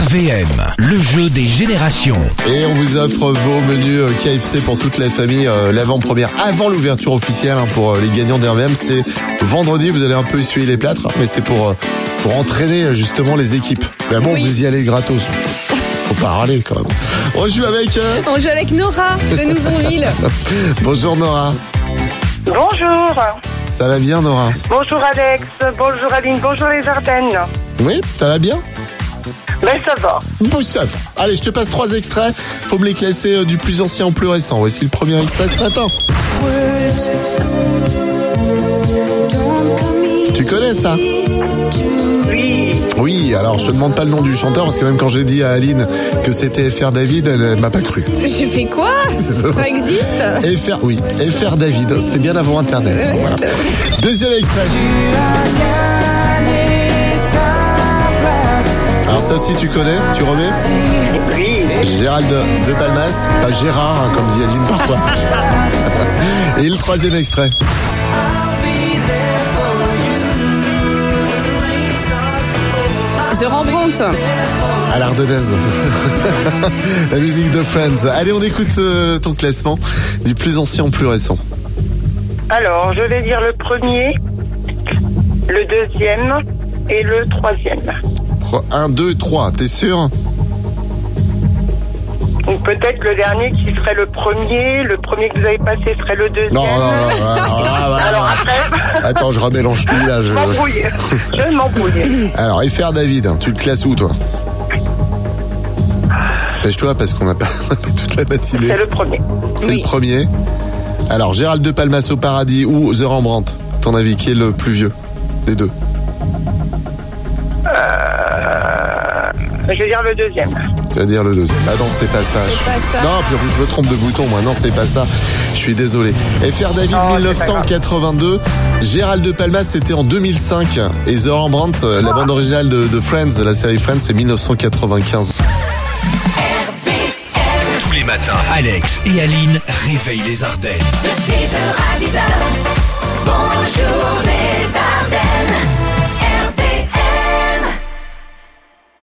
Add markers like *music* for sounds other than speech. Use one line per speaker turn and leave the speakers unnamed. RVM, le jeu des générations.
Et on vous offre vos menus euh, KFC pour toute la famille, euh, l'avant-première, avant l'ouverture officielle hein, pour euh, les gagnants d'RVM. C'est vendredi, vous allez un peu essuyer les plâtres, mais c'est pour, euh, pour entraîner euh, justement les équipes. Mais bon, vous y allez gratos. Faut pas râler quand même. On joue avec... euh,
On joue avec Nora de Nouzonville.
Bonjour Nora.
Bonjour.
Ça va bien Nora
Bonjour Alex. Bonjour Aline. Bonjour les Ardennes.
Oui, ça va bien
Ben ça va.
Bon, ça va. Allez, je te passe trois extraits. Faut me les classer euh, du plus ancien au plus récent. Voici le premier extrait ce matin. Tu connais ça
Oui.
Oui, alors je te demande pas le nom du chanteur parce que même quand j'ai dit à Aline que c'était FR David, elle euh, m'a pas cru.
J'ai fait quoi Ça existe
FR, oui, FR David, c'était bien avant Internet. Bon, voilà. Deuxième extrait. Alors ça aussi tu connais, tu remets
Oui.
Gérald de Palmas, pas Gérard hein, comme dit Aline parfois. Et le troisième extrait.
Je rembrante.
À l'Ardennaise. *laughs* La musique de Friends. Allez, on écoute euh, ton classement du plus ancien au plus récent.
Alors, je vais dire le premier, le deuxième et le troisième.
1, 2, 3, t'es sûr
Ou peut-être le dernier qui serait le premier, le premier que vous avez passé serait le deuxième.
Non, non, non, non, non, non, non, non.
Alors après,
Attends, je remélange tout là.
je
je-
m'embrouille. Je m'embrouille.
Alors, FR David, tu le classes où, toi Pêche-toi parce qu'on n'a pas, on a pas toute la matinée.
C'est le premier.
C'est
Oui.
le premier. Alors, Gérald de Palmas au paradis ou The Rembrandt À ton avis, qui est le plus vieux des deux
Je vais dire le deuxième.
Tu vas dire le deuxième. Ah non, c'est pas ça.
C'est pas ça.
Non, puis en plus, je me trompe de bouton, moi. Non, c'est pas ça. Je suis désolé. FR David,
Oh, c'est pas
1982. Gérald de Palmas, c'était en 2005. Et The Rembrandt, euh, la bande originale de, de Friends, la série Friends, c'est 1995.
Tous les matins, Alex et Aline réveillent les Ardennes.
de 6